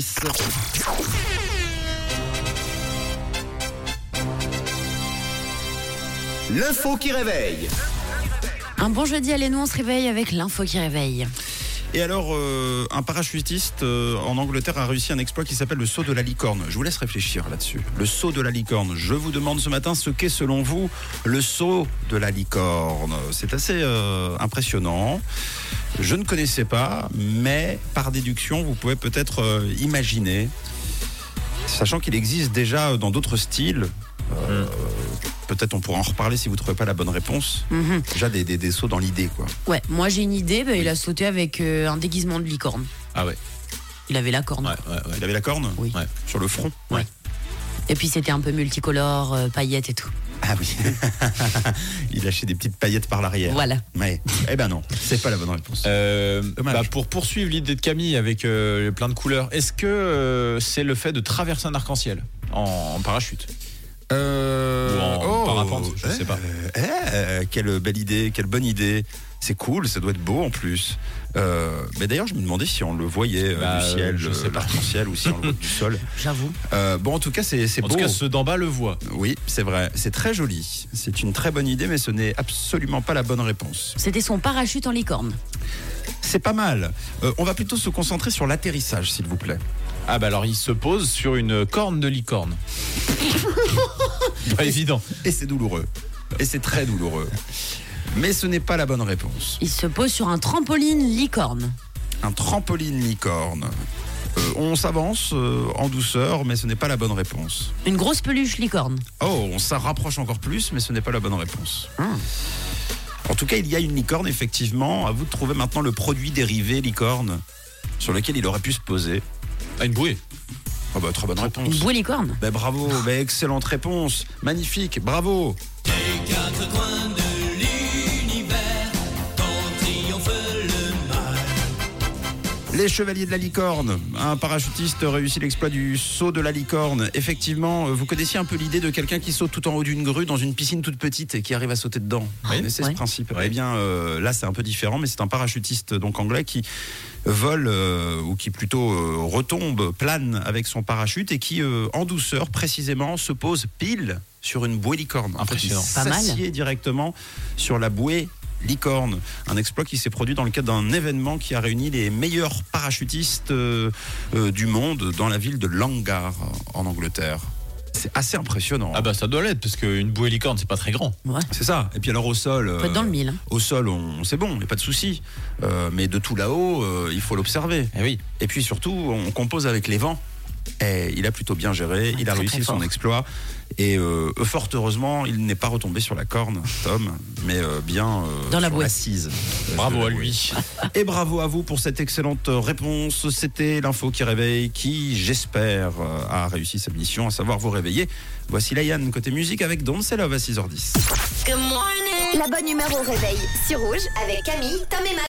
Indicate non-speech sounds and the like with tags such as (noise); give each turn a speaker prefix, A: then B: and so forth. A: Fils.
B: L'info qui réveille.
C: Un bon jeudi, allez, nous on se réveille avec l'info qui réveille.
A: Et alors, euh, un parachutiste euh, en Angleterre a réussi un exploit qui s'appelle le saut de la licorne. Je vous laisse réfléchir là-dessus. Le saut de la licorne. Je vous demande ce matin ce qu'est selon vous le saut de la licorne. C'est assez euh, impressionnant. Je ne connaissais pas, mais par déduction, vous pouvez peut-être euh, imaginer, sachant qu'il existe déjà dans d'autres styles. euh, Peut-être on pourra en reparler si vous ne trouvez pas la bonne réponse.
C: Mhm.
A: Déjà des, des, des sauts dans l'idée, quoi.
C: Ouais, moi j'ai une idée, bah, il a sauté avec euh, un déguisement de licorne.
D: Ah ouais,
C: Il avait la corne.
D: ouais, ouais. ouais.
A: Il avait la corne
C: Oui.
D: Ouais.
A: Sur le front
C: Ouais. Et puis c'était un peu multicolore, euh, paillettes et tout.
A: Ah oui. (laughs) Il lâchait des petites paillettes par l'arrière.
C: Voilà.
A: Ouais. Eh ben non, c'est pas la bonne réponse.
D: Euh,
A: Dommage.
D: bah, pour poursuivre l'idée de Camille avec euh, plein de couleurs, est-ce que euh, c'est le fait de traverser un arc-en-ciel en, en parachute
A: Euh,
D: Ou en parapente, je sais pas.
A: eh, eh, quelle belle idée, quelle bonne idée. C'est cool, ça doit être beau en plus. Euh, mais d'ailleurs, je me demandais si on le voyait euh,
D: Bah,
A: du ciel,
D: euh, je
A: euh,
D: sais pas.
A: l'arc-en-ciel, ou si on le (laughs) voit du sol.
C: J'avoue.
A: Euh, bon, en tout cas, c'est c'est
D: En
A: beau.
D: tout cas, ceux d'en bas le voient.
A: Oui, c'est vrai. C'est très joli. C'est une très bonne idée, mais ce n'est absolument pas la bonne réponse.
C: C'était son parachute en licorne.
A: C'est pas mal. Euh, on va plutôt se concentrer sur l'atterrissage, s'il vous plaît.
D: Ah bah alors il se pose sur une corne de licorne. Pas évident.
A: Et c'est douloureux. Et c'est très douloureux. Mais ce n'est pas la bonne réponse.
C: Il se pose sur un trampoline licorne.
A: Un trampoline licorne. Euh, on s'avance euh, en douceur, mais ce n'est pas la bonne réponse.
C: Une grosse peluche licorne.
A: Oh, on s'en rapproche encore plus, mais ce n'est pas la bonne réponse. En tout cas, il y a une licorne, effectivement. À vous de trouver maintenant le produit dérivé licorne sur lequel il aurait pu se poser.
D: Ah, une bouée.
A: Ah bah, très bonne
C: Une
A: réponse.
C: bouée licorne.
A: Ben bravo, ben excellente réponse, magnifique, bravo. Les Chevaliers de la Licorne, un parachutiste réussit l'exploit du saut de la licorne. Effectivement, euh, vous connaissiez un peu l'idée de quelqu'un qui saute tout en haut d'une grue dans une piscine toute petite et qui arrive à sauter dedans. Vous
D: Oui.
A: connaissez ce
C: Ouais.
A: principe
D: Oui.
A: Eh bien, euh, là, c'est un peu différent, mais c'est un parachutiste donc anglais qui vole euh, ou qui plutôt euh, retombe, plane avec son parachute et qui, euh, en douceur précisément, se pose pile sur une bouée licorne. En fait, il
D: Impressionnant.
C: Pas mal.
A: s'assied directement sur la bouée licorne. Un exploit qui s'est produit dans le cadre d'un événement qui a réuni les meilleurs parachutistes euh, euh, du monde dans la ville de Langar en Angleterre. C'est assez impressionnant.
D: Ah bah ça doit l'être parce qu'une bouée licorne c'est pas très grand.
C: Ouais.
A: C'est ça. Et puis alors au sol.
C: Faut être dans le
A: euh,
C: mille. hein.
A: au sol, on, c'est bon, il n'y a pas de souci. Euh, mais de tout là-haut, euh, il faut l'observer.
D: Eh oui.
A: Et puis surtout, on compose avec les vents. Et il a plutôt bien géré, il a
C: très,
A: réussi
C: très
A: son
C: fort.
A: exploit. Et euh, fort heureusement, il n'est pas retombé sur la corne, Tom, mais euh, bien euh,
C: Dans la
A: sur
C: bouée.
A: l'assise. euh, de
D: Bravo
A: la
D: à
A: bouée.
D: lui.
A: Et bravo à vous pour cette excellente euh, réponse. C'était l'info qui réveille, qui, j'espère, euh, a réussi sa mission, à savoir vous réveiller. Voici Layanne côté musique avec Don Love à 6h10.
E: La bonne humeur au réveil sur Rouge avec Camille, Tom et Matt.